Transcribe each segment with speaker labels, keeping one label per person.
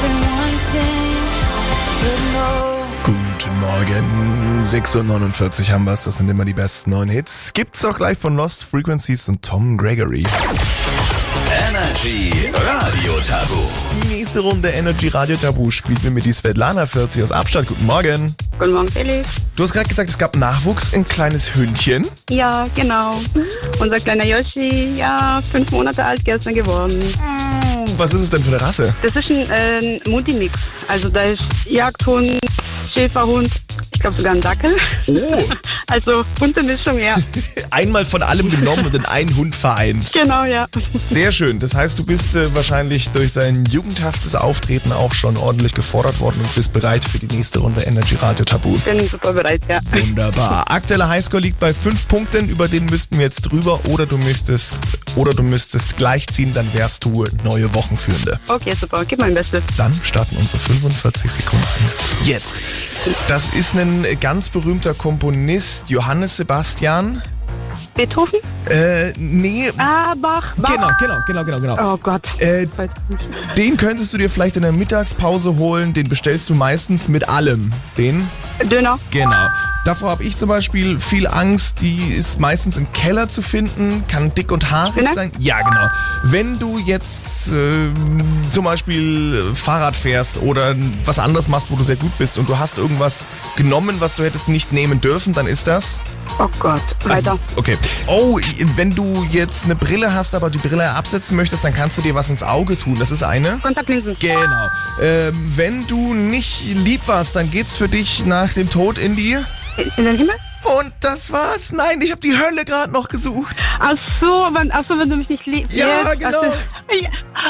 Speaker 1: been wanting, but no.
Speaker 2: Guten Morgen. 6.49 Uhr haben wir's. Das sind immer die besten neuen Hits. Gibt's auch gleich von Lost Frequencies und Tom Gregory.
Speaker 3: Energy Radio Tabu.
Speaker 2: Nächste Runde Energy Radio Tabu spielt mit mir die Svetlana 40 aus Abstadt. Guten Morgen.
Speaker 4: Guten Morgen, Felix.
Speaker 2: Du hast gerade gesagt, es gab Nachwuchs, ein kleines Hündchen.
Speaker 4: Ja, genau. Unser kleiner Yoshi, ja, fünf Monate alt gestern geworden.
Speaker 2: Was ist es denn für eine Rasse?
Speaker 4: Das ist ein äh, Multimix. Also da ist Jagdhund, Schäferhund, ich glaube sogar ein Dackel.
Speaker 2: Oh,
Speaker 4: Also bunte Mischung, ja.
Speaker 2: einmal von allem genommen und in einen Hund vereint.
Speaker 4: genau, ja.
Speaker 2: Sehr schön. Das heißt, du bist äh, wahrscheinlich durch sein jugendhaftes Auftreten auch schon ordentlich gefordert worden und bist bereit für die nächste Runde Energy Radio Tabu.
Speaker 4: Bin super bereit, ja.
Speaker 2: Wunderbar. Aktueller Highscore liegt bei fünf Punkten. Über den müssten wir jetzt drüber oder du müsstest oder du müsstest gleichziehen, dann wärst du neue Wochenführende.
Speaker 4: Okay, super. Gib mein Bestes.
Speaker 2: Dann starten unsere 45 Sekunden jetzt. Das ist ein ganz berühmter Komponist, Johannes Sebastian.
Speaker 4: Beethoven?
Speaker 2: Äh, nee.
Speaker 4: Ah, Bach. Bach.
Speaker 2: Genau, genau, genau, genau, genau.
Speaker 4: Oh Gott.
Speaker 2: Äh,
Speaker 4: Ich weiß nicht.
Speaker 2: den könntest du dir vielleicht in der Mittagspause holen. Den bestellst du meistens mit allem. Den
Speaker 4: Döner.
Speaker 2: Genau. Davor habe ich zum Beispiel viel Angst. Die ist meistens im Keller zu finden, kann dick und haarig
Speaker 4: Ne?
Speaker 2: sein. Ja, genau. Wenn du jetzt äh, zum Beispiel Fahrrad fährst oder was anderes machst, wo du sehr gut bist und du hast irgendwas genommen, was du hättest nicht nehmen dürfen, dann ist das...
Speaker 4: Oh Gott. Weiter.
Speaker 2: Also, okay. Oh, wenn du jetzt eine Brille hast, aber die Brille absetzen möchtest, dann kannst du dir was ins Auge tun. Das ist eine...
Speaker 4: Kontaktlinsen.
Speaker 2: Genau. Ähm, wenn du nicht lieb warst, dann geht's für dich nach dem Tod in die...
Speaker 4: In den Himmel?
Speaker 2: Und das war's. Nein, ich habe die Hölle gerade noch gesucht.
Speaker 4: Ach so, wenn, ach so, wenn du mich nicht liebst.
Speaker 2: Ja, genau.
Speaker 4: Also, ich,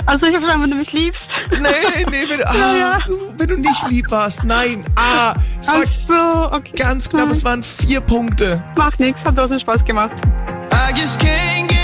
Speaker 4: also ich habe gesagt, wenn du mich liebst.
Speaker 2: Nee, nee, wenn, ah, wenn du nicht lieb warst. Nein, ah, es war
Speaker 4: Ach so, okay.
Speaker 2: ganz knapp. Es waren vier Punkte.
Speaker 4: Macht nichts, hat draußen Spaß gemacht.
Speaker 3: I just can't get